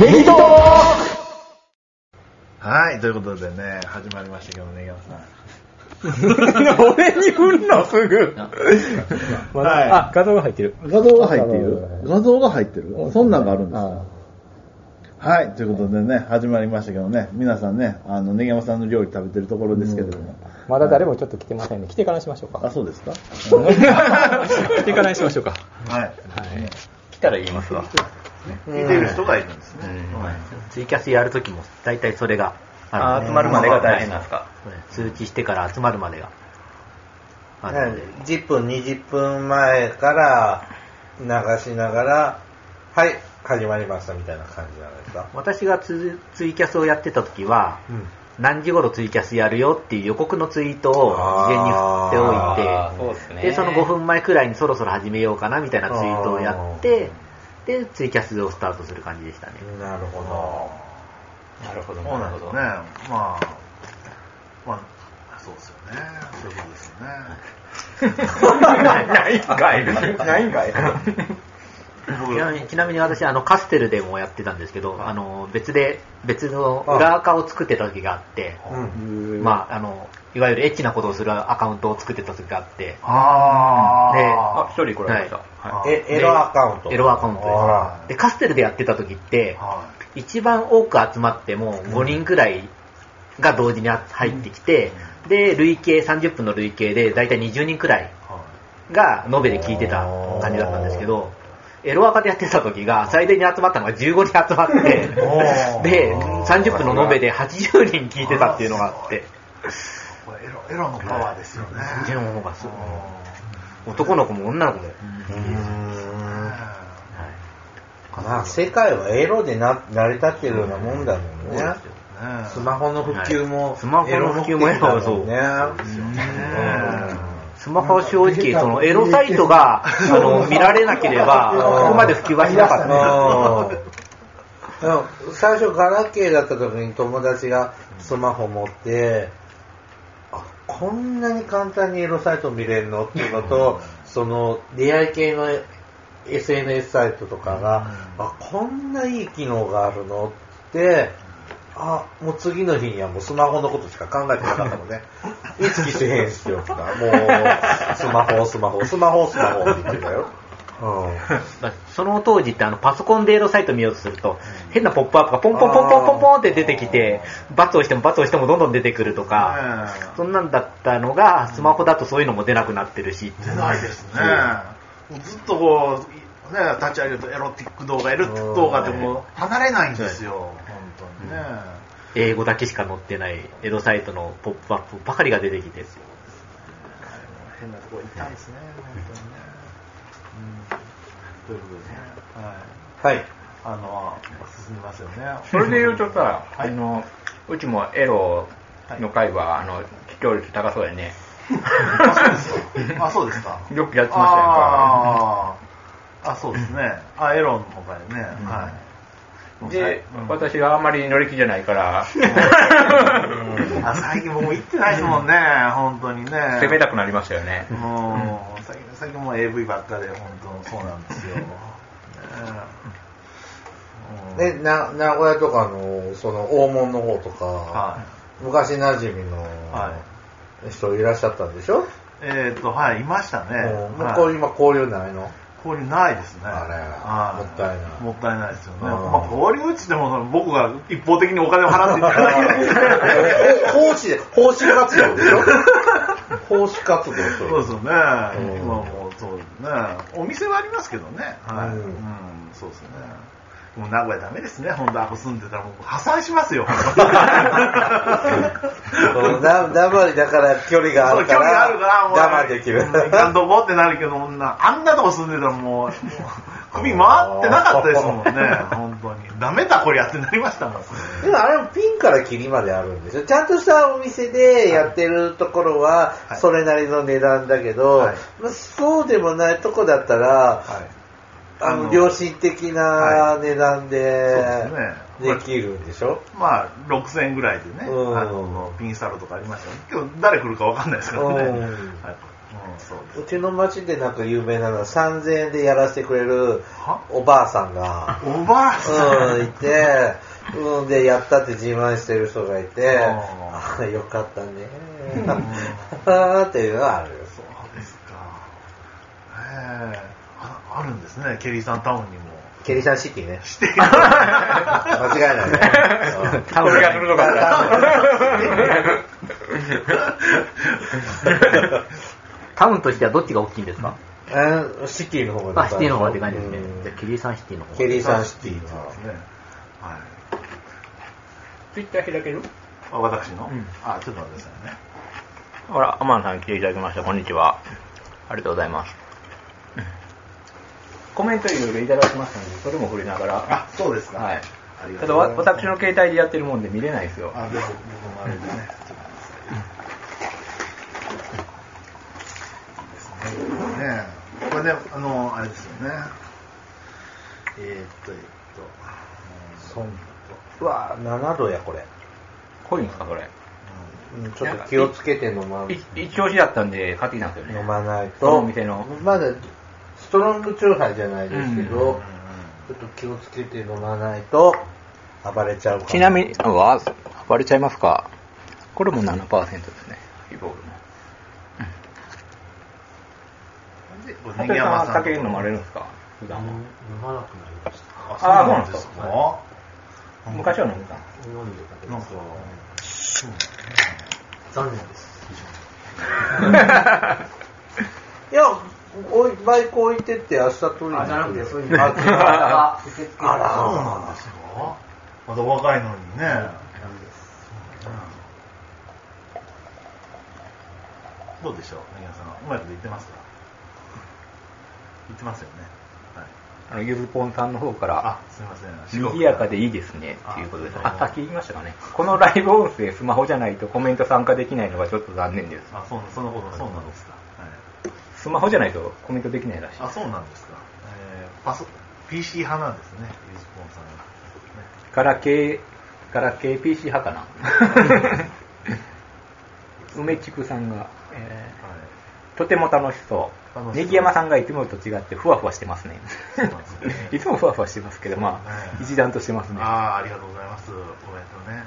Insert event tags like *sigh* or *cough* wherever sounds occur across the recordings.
ネギトーはい、ということでね、始まりましたけどね、山さん。 *laughs* ク俺に振んのすぐまだはいあ、画像が入ってる。画像が入っているあ画像が入ってるそんなんがあるんですあはい、ということでね、始まりましたけどね、皆さんね、あの、ねぎまさんの料理食べてるところですけれども。まだ誰もちょっと来てませんね。来てからにしましょうあ、か。そうですか来ていかないしましょうか。はい。来たら言いますわ。見てる人がいるんですね。ツイキャスやるときも、大体それがある集まるまでが大事なんですか。通知してから集まるまでが。あるので10分、20分前から流しながら、はい、始まりましたみたいな感じなんですか。私がツツイキャスをやってたときは、うん。何時頃ツイキャスやるよっていう予告のツイートを事前にあ振ーっておいて、でその5分前くらいにそろそろ始めようかなみたいなツイートをやって、で、ツイキャスをスタートする感じでしたね。なるほど。なるほど、そうなんですね。まあ、まあ、そうですよね。そういうことですよね。ないんかい。ないんかいちなみにちなみに私、あの、カステルでもやってたんですけど、あの、別で、別の裏垢を作ってた時があって、うん。まあ、あの、いわゆるエッチなことをするアカウントを作ってた時があって、で、ああ、一人来られました。はいえ、エロアカウント。エロアカウントあです。で、カステルでやってた時って、は一番多く集まっても5人くらいが同時に入ってきて、で、累計、30分の累計で大体20人くらいい。はいが延べで聞いてた感じだったんですけど、エロアカでやってた時が最大に集まったのが15人集まって、で、30分の延べで80人聞いてたっていうのがあって、これエロ、エロのパワーですよね。でもなんかそう男の子も女の子も、ーうーんねまあ、世界はエロでな成り立ってるようなもんだもんね。えスマホの普及も、はいスマホの普及もエロだもんねエロ目的だもんね。スマホは正直、そのエロサイトが、あの、見られなければ、ここまで普及はしなかったうんうん最初ガラケーだった時に友達がスマホ持って、あこんなに簡単にエロサイト見れるのっていうのと、その出会い系の SNS サイトとかが、あこんないい機能があるのって、あ、もう次の日にはもうスマホのことしか考えてなかったもん *laughs* ね。意識してへんしよった。もう、スマホ、スマホ、スマホ、スマホって言ってたよ。うん。まあその当時ってあのパソコンでエロサイト見ようとすると、変なポップアップがポンポンポンポンポンポンって出てきて、バツをしてもバツをしてもどんどん出てくるとか、そんなんだったのが、スマホだとそういうのも出なくなってるし、出ないですね。もうずっとこう、ね、立ち上げるとエロティック動画、エロティック動画でもう離れないんですよ、本当にね。英語だけしか載ってないエロサイトのポップアップばかりが出てきて、変なとこ行ったんですね、本当にね。うんということでね、はい。はい。あの、進みますよ *laughs* ね。それで言うとさ、あの、うちもエロの会は、あの、視聴率高そうやね。あ、そうですか。よくやってましたやんか。あーあ、そうですね。あ、エロの方からね、はい。で、うん私はあんまり乗り気じゃないから、あ最近もう行ってないですもんね、本当にね。攻めたくなりましたよね。もう、最近、最近もう AV ばっかで、本当そうなんですよ。ねで、な、名古屋とかの、その、大門の方とか、は昔馴染みの、は人いらっしゃったんでしょ、い。えっと、はい、いましたね。もうはい向こう今交流ないの交流ないですね。あれはもったいないもったいないですよね。うんまあ、交流っつっても、その僕が一方的にお金を払っていただけで。奉仕で、奉仕活動で *laughs* しょ奉仕活動するそうですよね。うん今もうそうですね。お店はありますけどね。はい。ううんん、そうですね。もう名古屋ダメですね。本当あこ住んでたらもう破産します *laughs* よ。そうだ黙りだから距離があそうる距か離あるから、ら、もう。我慢できるうん。行かんとこってなるけど、女あんなとこ住んでたらもう、もう首回ってなかったですもんね。本当に。ダメだこりゃってなりましたもん。でもあれもピンからキリまであるんでしょちゃんとしたお店でやってるところは、はいそれなりの値段だけど、はいまあそうでもないとこだったら、はい。ああのの、良心的な値段でそうですねできるんでしょまあ、6000円ぐらいでね、うんあの、ピンサロとかありましたけど、今日誰来るかわかんないですからね。うんはいうん、そうですうちの町でなんか有名なのは3000円でやらせてくれるはおばあさん *laughs* が、おばあさん、うん、いて、うん、で、やったって自慢してる人がいて、ああよかったね。あ *laughs* ーっていうのはあるよ。そうですか。へえああるんですね、ケリーさんタウンにも。ケリシャンシティね。 *laughs* して間違いないね。 *laughs* うんタオルがよかタウンとしてはどっちが大きいんですかあシティの方があ、シティの方がでかいんですうね。んじゃあ、キリーさんシティの方が。ケリーさんシティそうはです。ね。はい。ツイッター開けるあ私の、うんあ、ちょっと待ってくださいね。ほら、アマンさん来ていただきました。こんにちは。ありがとうございます。コメントいろいろいただきましたので、それも触れながら。あ、そうですか。はいありがたとだうごわざいます。私の携帯でやってるもんで見れないですよ。あ、でも、僕もあれでね。ちょっと待ってくださいねえこれね、あの、あれですよね。えー、っと、えーっと、そんうわ7度やこれ。濃いんですか、それ。うんちょっと気をつけて飲まい一押しだったんで買ってきたんですよね。飲まないと。このお店の。まだストロングチューハイじゃないですけうんど、ちょっと気をつけて飲まないと暴れちゃうから。ちなみに、うわ、割れちゃいますか。これも7%ですね。イボールも。でこれハねトさん山はさん酒飲まれるんですか普段うんは。飲まなくなりました。あ、そうなんですか。昔は飲んでたんです飲んでたけなんどか、残念です。 *laughs* いや、おいバイク置いてって明日取りに行くあ、じゃなくて、そういうあの。あ、受け付けあらそうなんですか。まだ若いのにね。どうでしょう、皆さん。うまいこと言ってますか言ってますよね。はい。あの、ゆずぽんさんの方からあ、、すみません。賑やかでいいですね、あっていうことです。なるあ、ほど先言いましたかね。このライブ音声、スマホじゃないとコメント参加できないのがちょっと残念です。あ、そうな、そのこと、そうなんですか。はい。スマホじゃないとコメントできないらしい。あ、そうなんですか。えー、パソ、PC 派なんですね、ゆずぽんさんが。ねガラケー、ガラケー PC 派かな。 *laughs* 梅地区さんが、えはい。ーとても楽しそう。楽しそうネギ山さんがいつもと違ってふわふわしてますねそうなんですね。 *laughs* いつもふわふわしてますけど、まはいあ、一段としてますね。はああ、ありがとうございます。コメントね。い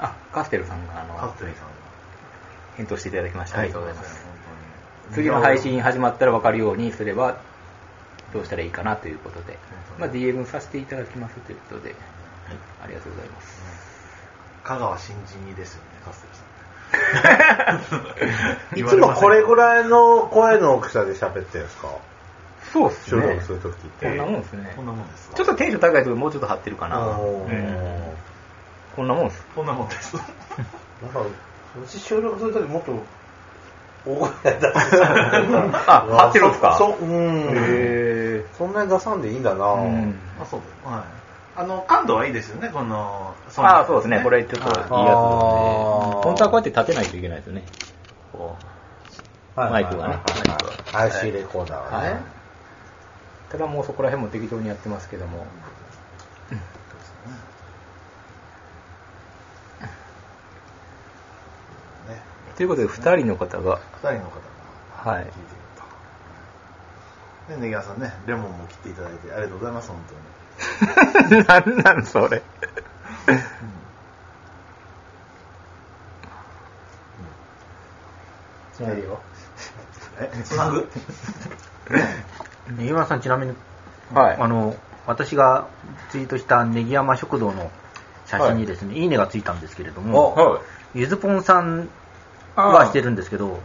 あ、カステルさんが、あカのス、テリさんが。返答していただきました。ありがとうございます。本当に次の配信始まったら分かるようにすれば、どうしたらいいかなということで、まあ、DM させていただきますということで、はいありがとうございます。香川新人にですよね、カステ *laughs* リさんって。いつもこれぐい。らいの声の大きさで喋ってるんですかそうっす収ね録す。るときって。こんなもんですねこん。なもんですかちょっとテンション高いとこもうちょっと張ってるかな。おうーんこんなもんっす。こんなもん *laughs* です。なんか、うち収録するときもっと大声 *laughs* 出しあ張ってるんですかそう、うん。へそんなに出さんでいいんだなーうんあ、そうです。はい。あの、感度はいいですよね、この、ああ、そうですね。これちょっといいやつなんで。あー本当はこうやって立てないといけないですよね。こはいマイクがねはいはい IC レコーダーはね。はいうんただもうそこら辺も適当にやってますけども。ね。ということで、2人の方が、二人の方がはい *laughs* 聞いてると。で、ネギワさんね、レモンも切っていただいて、ありがとうございます、本当に。なんなんそれ。つないでよ。え、つなぐネギ山さん、ちなみに、はいあの、私がツイートしたネギ山食堂の写真にですね、い、いねがついたんですけれども、はい。ゆずぽんさんはしてるんですけど、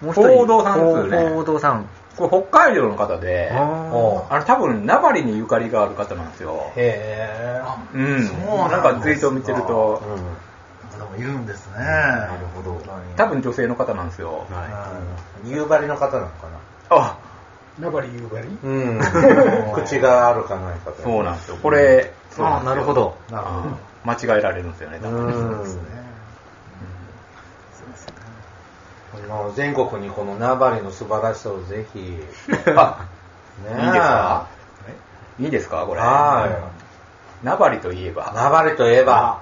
もう一人、報道さんですよね報報道さん。これ北海道の方で、あーおうあの多分、ナバリにゆかりがある方なんですよ。へうん。なんかツイート見てるぇと、ー。うん。でもいるんですね。なるほど多分女性の方なんですよ。夕張の方なのかなあ、ナバリ夕張うん。 *laughs* 口があるかないかでそうなんですよ。これ、そうんであーすよなるほど。なるほど。間違えられるんですよね、多分。うん。この全国にこの名張の素晴らしさをぜ *laughs* ひ。ねあ、いいえですかいいですかこれ。はナバリといえば、名張といえば。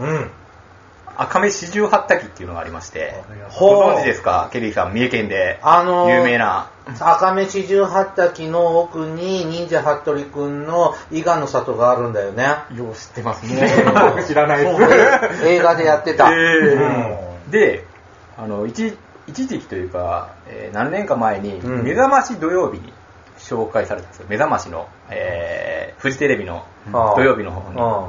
うん。赤目四十八滝っていうのがありまして、ほうご存知ですか、ケリーさん、三重県であのー有名な、赤目四十八滝の奥に忍者服部くんの伊賀の里があるんだよね。よう知ってますうね、ん *laughs* 知らないです。映画でやってた。うんであの一、一時期というか、えー何年か前に、うん目覚まし土曜日に紹介されたんですよ、目覚ましの、えーフジテレビのああ土曜日の方に。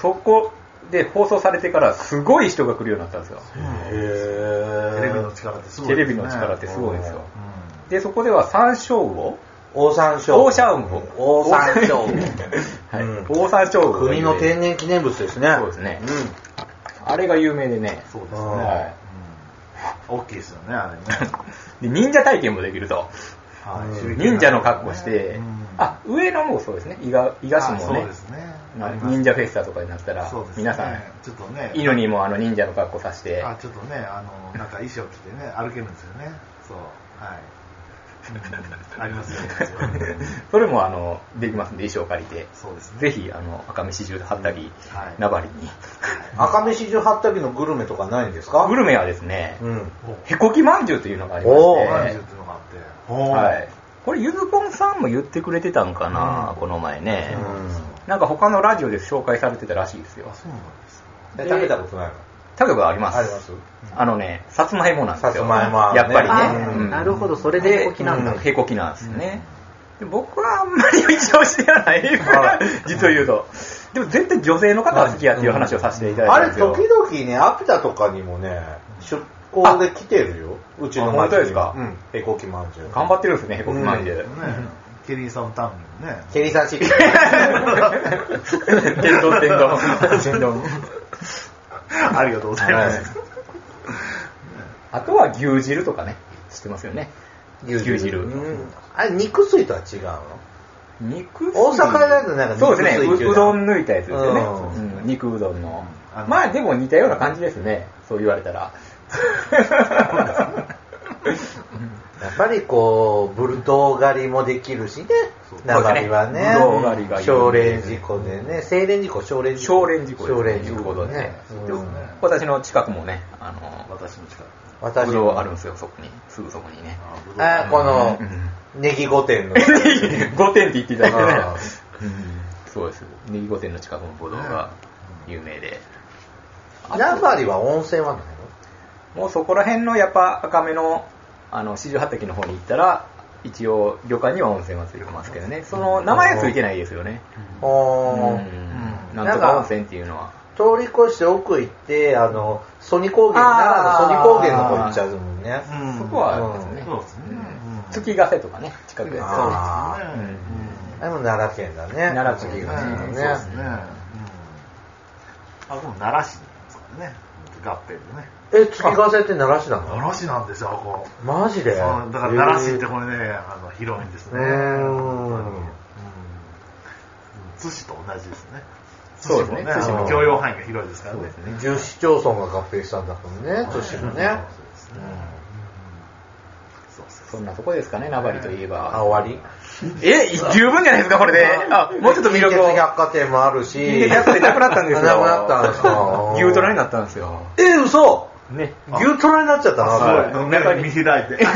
そこで放送されてからすごい人が来るようになったんですよ。へテレビの力ってすごいテレですねビの力ってすごいですよ。うで、そこでは山椒魚オオサンショウウオ。オーシャン魚オオサンショウウオうん。*laughs* はいオーサンショウ魚が有名国の天然記念物ですね。そうですね。あれが有名でね。そうですねはうん大きいですよね、あれ *laughs* ね。い。で、忍者体験もできると。はい忍者の格好してうん、あ、上野もそうですね。伊賀、伊賀市あもそうねで。すね。まああります忍者フェスタとかになったらそうです、ね皆さん、ちょっとね、犬にもあの忍者の格好させて、あ、ちょっとね、あの、なんか衣装着てね、歩けるんですよね。そう。はい。うんありますよね。 *laughs* *laughs* それもあの、できますんで、衣装借りて。そうですね。ぜひ、あの、赤飯中で貼ったりはい、名張に。赤目四十八滝のグルメとかないんですかグルメはですね、うん。へこきまんじゅうというのがありまおおまんしじゅうてっ、ていうのがあって。はい、これゆずぽんさんも言ってくれてたんかな、この前ね、うんなんか他のラジオで紹介されてたらしいですよあ、そうなんですか。え食べたことないの食べたことありますありますあのねさつまいもなんですよさつまいもはねやっぱりねあ、うんなるほど、それで、うんへこきなんですね、で僕はあんまり一押しではない *laughs* 実を言うとでも絶対女性の方が好きやっていう話をさせていただいあたんれですよ、時々ね、アピタとかにもね、出向で来てるよ。うちのあ本当町でに。すかうん。エコキマンジュウ。頑張ってるんですねへこきまんじゅうね、ケリーさんタウンにもね。ケリーさんシ *laughs* ティ。天丼天丼 *laughs* 天丼 *laughs* ありがとうございます。あとは牛汁とかね知ってますよね牛汁うんあれ、肉水とは違うの肉大阪だとなんか肉そうですね水牛ううどん抜いたやつですよね、ううん肉うどんのあのまあでも似たような感じですねそう言われ *laughs* たらやっぱりこう、ブルドー狩りもできるしね。名張はね。ブドウ狩りが有名少林寺湖でね。清蓮寺湖、少林寺少湖。林寺湖少林です寺ねいう湖。ことでねうんで私の近くもねあの私の力。私ぶどうあるんですよそこにすぐそこにねあ *laughs* ぶどうあこのうん、ネギ御殿 *laughs* の。 5点って言っていただあいてね、うん、そうですネギ御殿の近くのぶどうが有名で名張は温泉はないもうそこら辺のやっぱ赤目のあの四十八滝の方に行ったら一応旅館には温泉はついてますけどねその名前はついてないですよね、のうおーん、なんとか温泉っていうのは通り越して奥行って、あの、ソニ高原、あ奈ー良のソニ高原の方行っちゃうもんね。うんそこはありますね、そうですね。うん月ヶ瀬とかね近くですあそうですね。ーあれも奈良県だね。奈良うん県ねがそうねですね。うんあ、でも奈良市ですからね。合併でね。え、月ヶ瀬って奈良市なの奈良市なんですよ、あここ。マジでそうだから奈良市ってこれね、あの広いんですうね。ーん。津市と同じですね。そうですね津市も津市も教養範囲が広いですからね。 10市町村が合併したんだからね、都市もね。そんなとこですかね名張といえあ、ば終わりえ十分じゃないですかこれであもうちょっと魅力を近鉄百貨店もあるし。近鉄百貨店なくなったんですよなくなったんですか *laughs* 牛トラになったんですよえ、嘘ね牛トラになっちゃったすな。ごい。中に見開いて。え、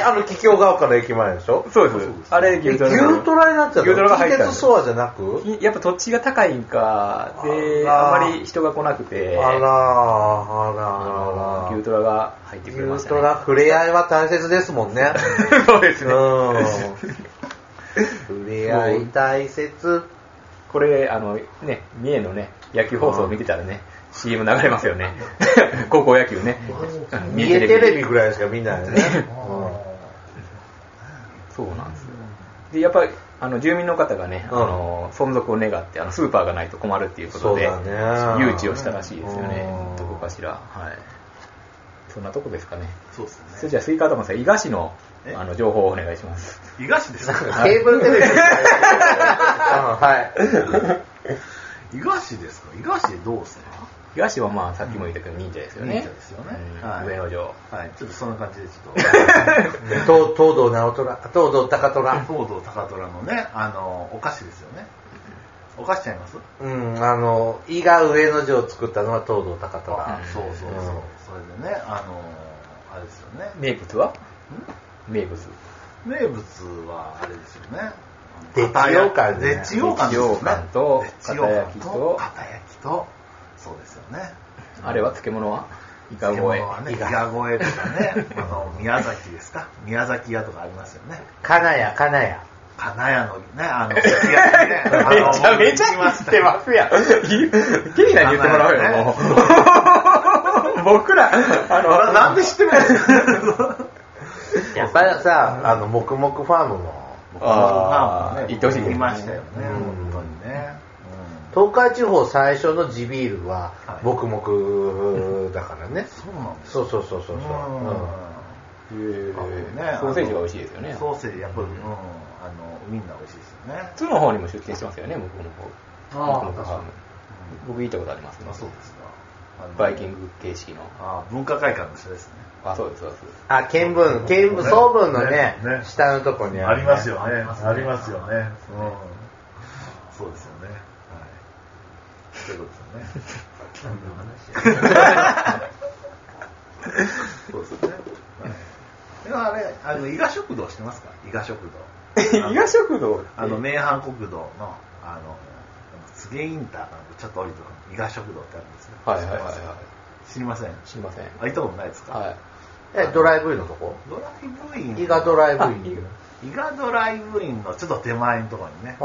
あの、桔梗が丘の駅前でしょそうですあれえ牛牛トトララになっちゃった牛トラが入った近んで鉄すソアじゃなくやっぱ土地が高いんか、で、ああらまり人が来なくて、あらーあらあーのあ牛らトラが入ってくれー。ま牛した、トね。ラ、触れ合いは大切ですもんね。 *laughs* そうですうね。ん。触れ合い大切。これ、あの、ね、三重のね、野球放送を見てたらね、CM 流れますよね。 *laughs* 高校野球ね。家テレビビ。ぐらいしか見ないよね。そうなんですよ。で、やっぱり、あの、住民の方がね、あうんの、存続を願って、あの、スーパーがないと困るっていうことで、そうだね誘致をしたらしいですよねうん。どこかしら。はい。そんなとこですかね。そうですね。それじゃあ、スイカ頭さん、伊賀市のえあの情報をお願いします。伊賀市ですかうんケーブルテレビみたいなうんはい。伊賀市ですか伊賀市どうですか伊賀市はまあ、さっきも言ったけど、忍者ですよね。忍者ですよねうんはい上野城。はい、ちょっとそんな感じでちょっと。東東堂直虎、東堂高虎。東堂高虎のね、あの、お菓子ですよね。犯しちゃいますうん、あの、伊賀上野城を作ったのは東堂高虎。あそうそうそう、うんそれでねあのーあれですよね名物は名物。名物はあれですよねで片地焼よきうかんねでちようかんですよねでちようかんとでちようかん片焼きと片焼きとそうですよねあれは漬物はイカ漬越え物。はねイガ越えとか *laughs* ねあの宮崎ですか宮崎屋とかありますよね金谷、金谷。金谷のねあ *laughs* の関屋ねあのめちゃめちゃ知ってますやん。ケリナに言ってもらおうよ、も *laughs* う。僕ら、あの、あなんで知ってるんですかやっぱりさ、あの、黙々ファームも、あーね言ってほしいけどね言いましたよね、うん本当にね、東海地方最初の地ビールははい、黙々だからね。そうなんですそうそうそうそうそう。ううんんえーねソーセージが美味しいですよね。ソーセージやっぱり、うん、あのウインナー美味しいですよね。津の方にも出店してますよね、僕の方。ああ僕の方確か僕行ったことありますねあ、そうですか。あのバイキング形式の。あ、文化会館の下ですね。あ、そうです、そうです。あ、見聞、見聞、総文のねねね、下のとこにあある。ります。よね。ありますねありますよね。うん。そうですよね。はい。そういうことですよね。 *laughs* そうですよね。はいではあれ、あの、伊賀食堂してますか伊賀食 *laughs* 堂。伊賀食堂あの、名阪国道の、あの、柘植インターからちょっと降りたとこに伊賀食堂ってあるんですよ。はいはいはいはい知りません。知りません。あ、行ったことないですかはい。え、ドライブインのとこドライブイン。伊賀ドライブイ *laughs* ン。イン。伊賀ドライブインのちょっと手前のところにね。あ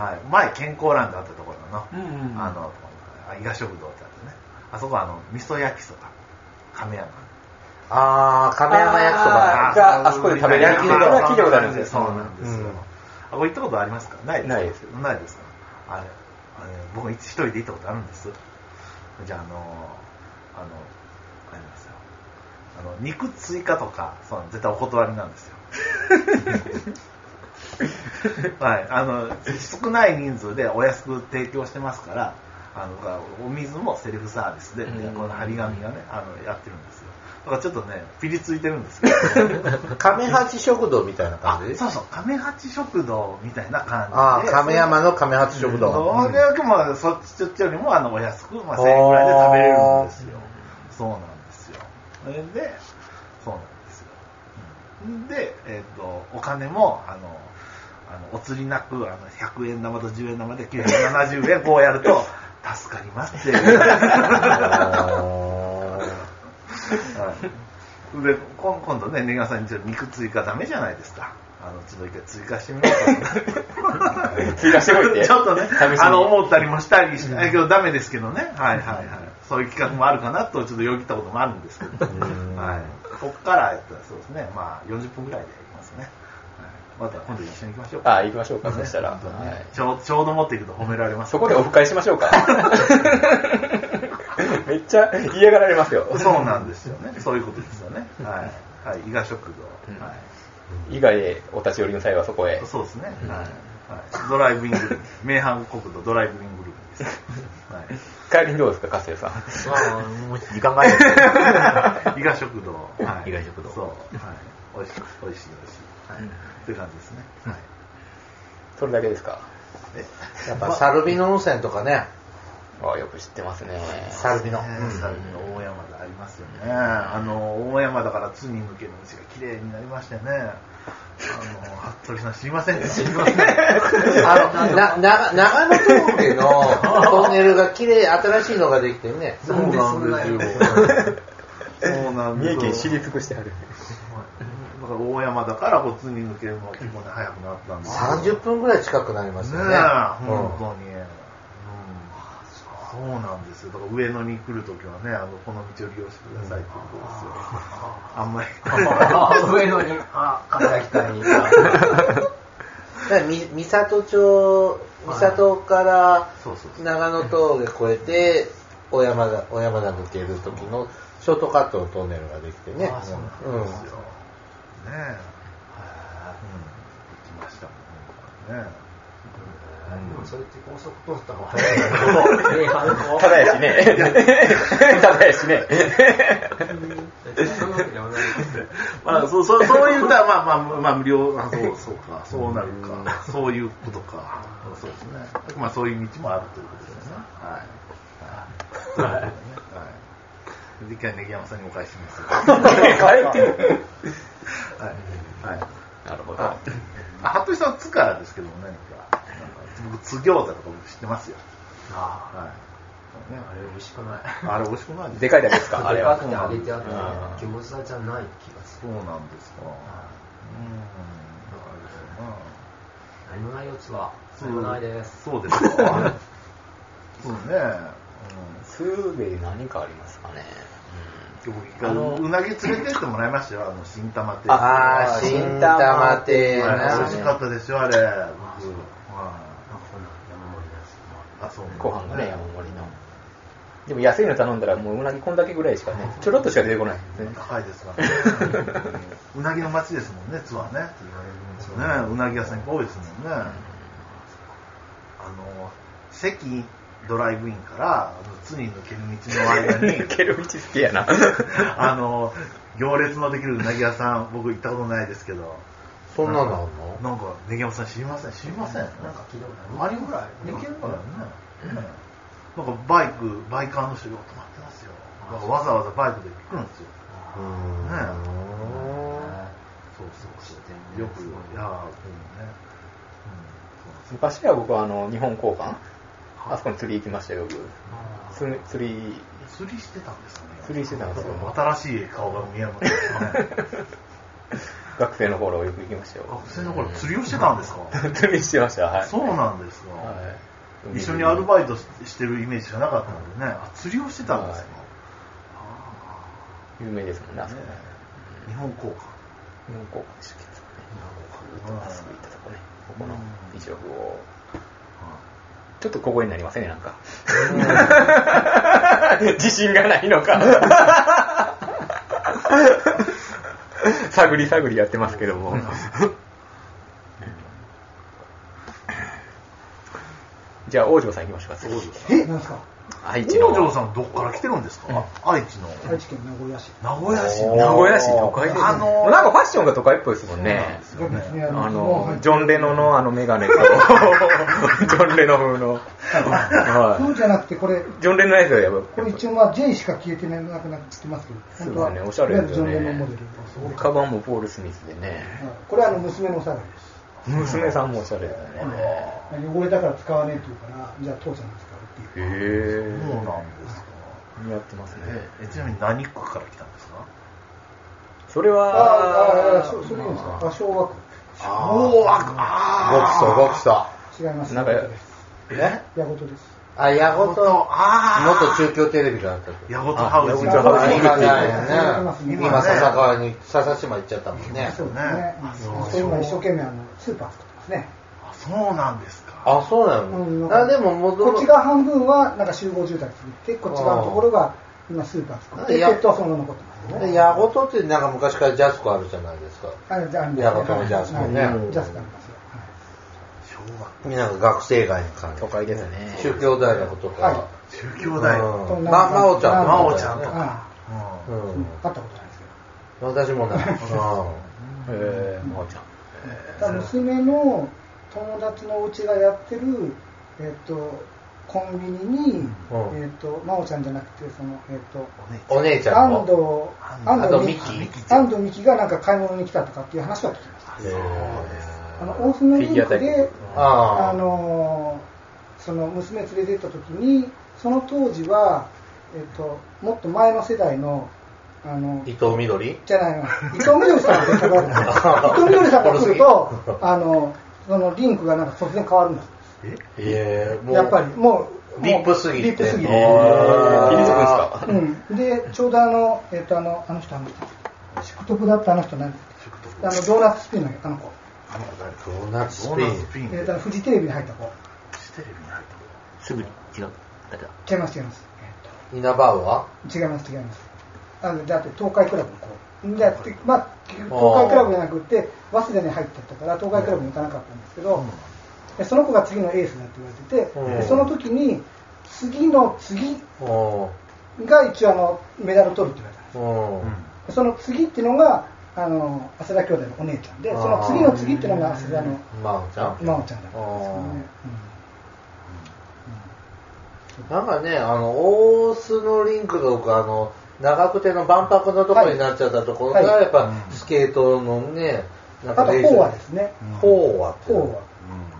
はい。前、健康欄であったところの、うんうんあの、あ伊賀食堂ってあってね。あそこは、あの、味噌焼きそば。亀山。あー、亀山焼きそあばー。があそこで食べれる焼きそれは聞いたことあるんですそうよなんですようん。あ、これ行ったことありますかないないですないですかあれ、あれ僕一人で行ったことあるんです。じゃあ、あの、あの、ありますよ。あの、肉追加とか、そう絶対お断りなんです *laughs* よ。はい、あの少ない人数でお安く提供してますからあのだからお水もセルフサービスで、うんこの張り紙がねあのやってるんですよだからちょっとねピリついてるんですけど亀八食堂みたいなあ感じそうそう亀八食堂みたいな感じでああ、亀山の亀八食堂。どうでよくまあそっちよりもあのお安く、まあ、1000円ぐらいで食べれるんですよそうなんですよそれでそうなんですようんで、えっとお金もあのあのお釣りなくあの100円玉と10円玉で970円こうやる *laughs* と助かりますっていう、はい、 *laughs* で今今度ね根川さんにちょっと肉追加ダメじゃないですかあのちょっと一回追加してみよ *laughs* うかな追加しておい *laughs* てちょっとね試しに、あの、思ったりもしたりしたけど、ダメですけどね。はいはいはい。そういう企画もあるかなと、ちょっとよぎったこともあるんですけど。はい。こっから、えっとそうですね、まあ、40分ぐらいで行きますね。はいまた今度一緒に行きましょうか。あ、行きましょうか、そしたら。本当にねはいちょうちょうど持っていくと褒められますそ。こでオフ会しましょうか。 *laughs* めっちゃ嫌がられますよ。そうなんですよね。そういうことですよね。はい。はい。伊賀食うん堂。はい。以外へお立ち寄りの際はそこへ。そうですね。はい。はいドライブイングループ。名阪国土ドライブイングループです。はい。帰りにどうですか、カスヤさん。あーもう時間がないです。伊賀食堂。はい。伊賀食堂そう。はい。美味しい、美味しい、美味しい。はい。って感じですね。はい。それだけですか。えやっぱ、サルビノ温泉とかね、あよく知ってますね。サルビノ。うねんさらに大山でありますよね。あの、大山だから津に抜ける道が綺麗になりましてね。あの、服部さん知りませんか知り *laughs* ません。あの、な、な、長野峠 *laughs* のトンネルが綺麗、新しいのができてね。そうなんですよ。そうなんですよ三重県知り尽くしてある。だから大山だから、こう津に抜けるのが結構ね、早くなったんですよ30分ぐらい近くなりまねすえ、よね。本当に。うんそうなんですよ。だから上野に来るときはね、あの、この道を利用してくださいってことですよ。あんまり。上野に、あ、肩北に。だからみ三郷町、三郷からそうそうそう長野峠越えて、小山田、小山田抜ける時のショートカットのトンネルができてね。あそうなんですよ。ねえ。うん。行きましたもんね。ねえ。でもそれって高速通った方が早いから。ただやしね。 *laughs* ただやしね。そういうわけではないですよ。まあ、そう、そう、そういう歌は、まあ、まあ、まあ、無料、あ、そう、そうか、そうなるか、そういうことか。そうですね。まあ、そういう道もあるということですね。はい。はい。はい。次回、ネギ山さんにお返しします。変えてる。はい。はい。なるほど。あ、服部さん、つからですけども、何か。なんか僕、津餃子とか僕知ってますよ。あはあ、あれ美味しくない。い。あれ、美味しくないですでかいだけですか、ああれれはあっ。てあげてあって、気持ちじゃない気がする。そうなんですか。うん。だからまあ何もないやつは、何もないです。そうですか。そうね。スーベイ何かありますかね。うん、僕一回うなぎ連れてってもらいましたよ、あの、新玉亭。ああ、新玉亭はいな。美味しかったですよ、あれ。僕あこんはな山盛りのやつもあるいあ、そうご飯がね、山盛りの。でも安いの頼んだら、もううなぎこんだけぐらいしかね、ちょろっとしか出てこないですね。高いですからね。うんうなぎの町ですもんね、ツアーね。そうね、うなぎ屋さんいっぱい多いですもんね。あの、関ドライブインから、あの津に抜ける道の間に、ケルビチ好きやな。 *laughs* あの、行列のできるうなぎ屋さん、僕行ったことないですけど、そんなのあんのなんか、ネギ山さん知りません知りませんなんなんかか、聞いたことあある。れぐらい、できるからね。ねなんか、バイク、バイカーの人が止まってますよ。なんかわざわざバイクで来るんですよ。うーんそうそうそう。よく、いやー、でもね。昔は僕はあの、日本交換あそこに釣り行きましたよ、僕。釣り、釣り、うん釣りしてたんですかね。釣りしてたんですよ。新しい顔が見えます *laughs* ね。学生の頃よく行きましたよ。学生の頃釣りをしてたんですか *laughs* 釣りしてました、はい。そうなんですか。はい一緒にアルバイトしてるイメージしかなかったのでね、あ釣りをしてたんですか、有名ですもんね、あそこね。日本交換。日本交換でしたっけうんあそこ行ったとこね。ここうのん移植を。ちょっと小声になりますね、なん *laughs* か。自信がないのか。探り探りやってますけども。じゃあ、王城さん行きましょうか、次。えなんですか愛知の。北条さんどこから来てるんですか、愛知の。愛知県名古屋市。名古屋市名古屋市都会です、ね。あのーなんかファッションが都会っぽいですもんね。そうですね。あもうの入、っジョン・レノのあのメガネ *laughs* と、ジョン・レノ風の。そはうじゃなくて、これ、い。ジョン・レノのやつがやばい。これ一応まあ J しか消えてなくなってますけど、そうですねおしゃれですよねいわゆるジョンレノンモデル。カバンもポール・スミスでね。はいこれはあの娘のおさらいです。娘さんもおしゃれだね。汚れたから使わねえって言うから、じゃあ父ちゃんが使うっていう。へそうなぇんですか。ー。似合ってますね。えちなみに何区から来たんですかそれああ、ああ、はそ、うそれいいんですか。あ、小学おー、あ、あごくそ、ごくそ。校。違います。なんかヤゴトですえヤゴトです。あ、ヤゴと、あ元中京テレビがあったとこ。ー。ヤゴトハウス。ヤゴトハウス今今ね、ね今笹川に、笹島行っちゃったもんね。そうですねね。うんそして今一生懸命あのスーパー作ってますね。あそうなんですか。あ、そうなうんのあ、でも戻こっち側半分はなんか集合住宅作って、こっち側のところが今スーパー作って、ペああットはそのまま残ってますね。ヤゴトってなんか昔からジャスコあるじゃないですか。あれ、じゃあ、ヤゴトもジャスコねはいジャスコありますよ。はいみんなが学生街の感都会ですね。じ。中京大学とか。はい中京大学。うんま、まおちゃんとか。まおちゃんとかあうんうあうんん。会ったことないですけ私もない。うんえー、まおちゃん。ど。ただ娘の友達のお家がやってる、えっと、コンビニに、えっと、真央ちゃんじゃなくて、その、えっと、お姉ちゃんも。安藤、安あと藤ミ美キ希。安藤美希がなんか買い物に来たとかっていう話は聞きました。そうです。あの、大船リンクフィギュア大で、ああのーその娘連れて行った時にその当時は、えっと、もっと前の世代のあの伊藤みどりじゃないの伊藤みどりさんが出た *laughs* から伊藤みどりさんが来るとあのそのリンクがなんか突然変わるんですええ、もう。やっぱり。もうもうリップすぎてリップすぎへーて入れとくんすかうん、でちょうどあの,、えっとあのあの人あの人宿徳だったあの人何あのドーナツスピンのあの子、ドーナツスドピーナツン。ピン。えっフとあのフジテレビに入った子ジテレビに入った。すぐ違う。あれだ違います違います、えっと稲葉は違います違いますあのだって東海クラブの子でまあ結局東海クラブじゃなくて早稲田に入ってたから東海クラブに行かなかったんですけど、でその子が次のエースだって言われてて、でその時に次の次が一応あのメダルを取るって言われたんですでその次っていうのがあの浅田兄弟のお姉ちゃんでその次の次っていうのが浅田のまおちゃん真央ちゃんだったんですよね、なんかね、あの、大須のリンクとか、あの、長久手の万博のとこになっちゃったところが、はいはいやっぱ、スケートのね、なうんん、あかと練習法和ですね法話って。法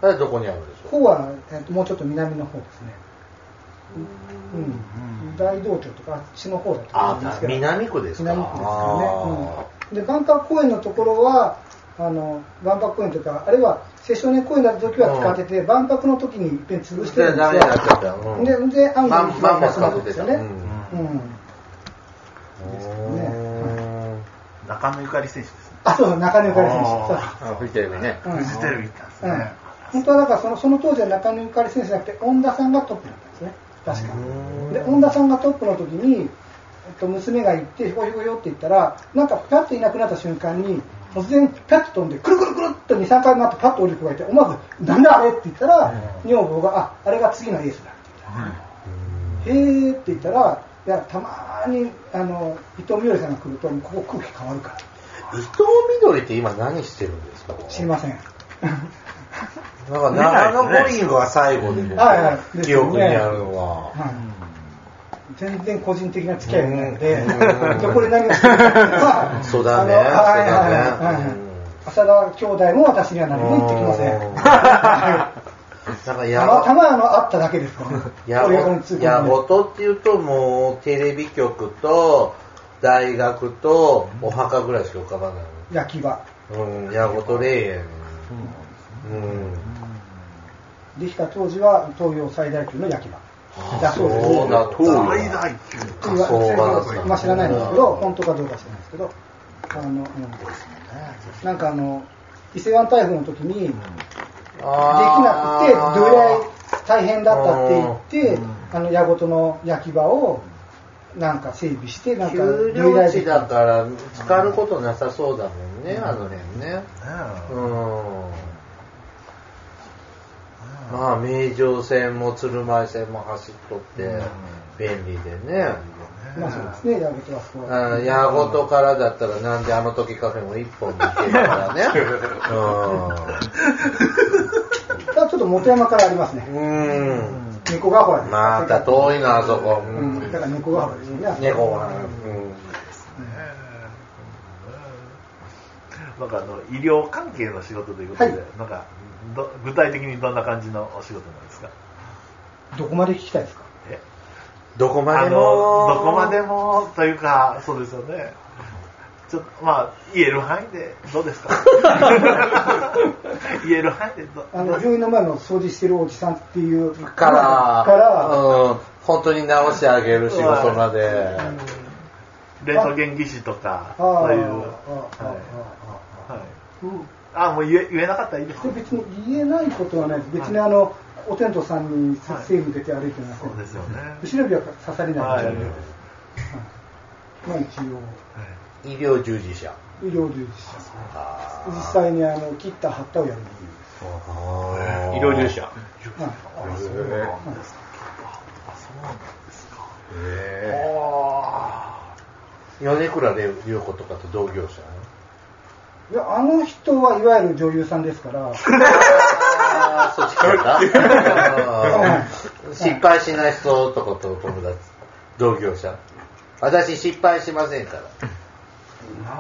和あれどこにあるんでしょ法は、えっともうちょっと南の方ですねうん、大道町とかあっちの方だと思あうんです、けど南区ですか。南区ですからね、うん、で万博公園のところはあの万博公園というかあるいは青少年公園だった時は使ってて、万博の時にいっぺん潰してるんですよでダメになっちゃったようんでで案マ外ンマンモスなかるんぶでっすてよた。ねうんうん、ですよねうん中野ゆかり選手ですね。あそうそう中根ゆかり選手そうですあフジテレビね。うんフジテレビ行ったんですうんね。本当はだからそのその当時は中野ゆかり選手じゃなくて恩田さんがトップだったんですね確かで恩田さんがトップの時に、えっと、娘が行ってひょこひょこひょって言ったらなんかパッといなくなった瞬間に突然パッと飛んでくるくるくるっと23回回ってパッと降りる子がいて思わず「なんだあれ?」って言ったら、女房が「ああれが次のエースだ」って言った、へーって言ったらいやたまーにあの伊藤美織さんが来るともうここ空気変わるから伊藤みどりって今何してるんですか知りませんなんか長野五輪が最後で、ねはいはい記憶にあるのは。はい、全然個人的な付き合いがないのでうん、どこで何をしてるかっていうのは、 *laughs* そうだねあのはいはいはそういだねはいうん浅田兄弟も私には何も言ってきません。うんはい *laughs* なんかたやまばたまあの会っただけですから、や親子についごてやはねごとっていうともうテレビ局と大学とお墓ぐらいしか浮かばない焼き場。うん、やごと霊園。うん。できた当時は東洋最大級の焼き場だそうです。そうだった。大大級。っていうそれあそうがまあ知らないんですけうど、ん本当かどうか知らないですけど、あの、うんなんかあの、伊勢湾台風の時に、できなくて、どれらい大変だったって言って、あの、矢ごとの焼き場を、なんか整備して、なんか、丘どれら陵いで地きだたから、浸かることなさそうだもんね、あの辺ね。うねん。まあ、名城線も鶴舞線も走っとって、便利でね。まあそうですね、矢ごとはそこは。うん矢事からだったらなんであの時カフェも一本で行けるから *laughs* ね。ただちょっと本山からありますねう。ん。うん。猫ヶ原です。また遠いな、あそこ。ううんんだから猫ヶ原ですよね。猫は。うんなんかあの医療関係の仕事ということで、はいなんかど具体的にどんな感じのお仕事なんですかどこまで聞きたいですかえどこまあでのも。どこまでもというかそうですよねちょっとまあ言える範囲でどうですか *laughs* 言える範囲でどあどのう病院の前の掃除してるおじさんっていうから、からうん、本当に直してあげる仕事まで。レントゲン技師とかああそういうあはいああはいあもう言え言えなかったらいいですあで別に言えないことはないです別にあの、お天道さんにはい西武出て歩いてません、そうですよね後ろ指は刺されないです、まあ一医療従事者。応医療従事あ者実際にあの切った貼ったをやるんですあ医療従事者。はいへえ米倉涼子とかと同業者いやあの人はいわゆる女優さんです *laughs* からああ、そっちから *laughs* 失敗しない人とかと友達、同業者。私失敗しませんから。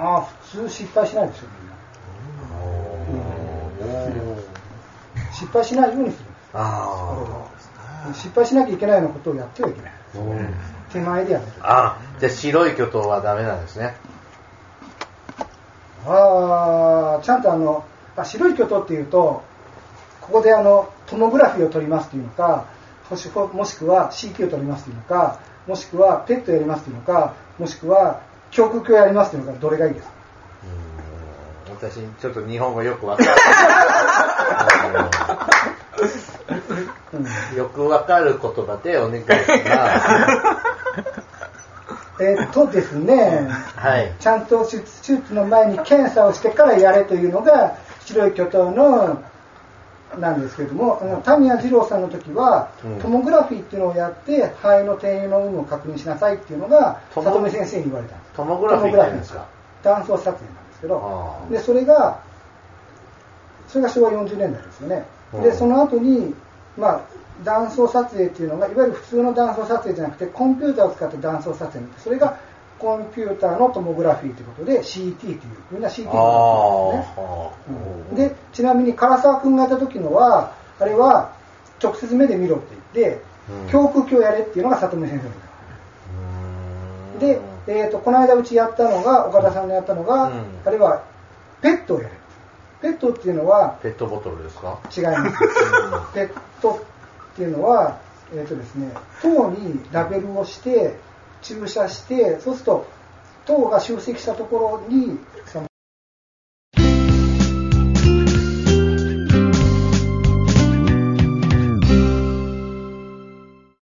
まあ普通失敗しないでしょみんな失敗しないようにするんですあ失敗しなきゃいけないようなことをやってはいけないあ。うん手前でやるあ、じゃあ白い巨頭はダメなんですね。ああちゃんとあのあ白い巨頭っていうとここであのトモグラフィーを取りますっていうのかもしもしくは CT を取りますっていうのかもしくはペットやりますっていうのかもしくは胸腔鏡やりますっていうのかどれがいいですか私、ちょっと日本語よくわかる。よくわかる言葉でお願いし *laughs* ます。えっとですねはい。ちゃんと手術手術の前に検査をしてからやれというのが白い巨頭のなんですけれども、あの田宮二郎さんの時は、うんトモグラフィーっていうのをやって、肺の転移の有無を確認しなさいっていうのが、トモ里見先生に言われたんです。トモグラフィーって言うんですか断層撮影なんですけどあ、ーでそれが、それが昭和40年代ですよね。うで、んその後に、まあ、断層撮影っていうのが、いわゆる普通の断層撮影じゃなくて、コンピューターを使った断層撮影、それがコンピューターのトモグラフィーということで、CT という、みんな CT あとー呼ばれてるんですね。はあでちなみに唐沢君がやった時のはあれは直接目で見ろって言って、うん胸腔鏡をやれっていうのが里見先生の言い方で、えー、とこの間うちやったのが岡田さんのやったのが、うんあれはペットをやれペットっていうのはペットボトルですか違いますペットっていうのはえっ、とですね糖にラベルをして注射してそうすると糖が集積したところにその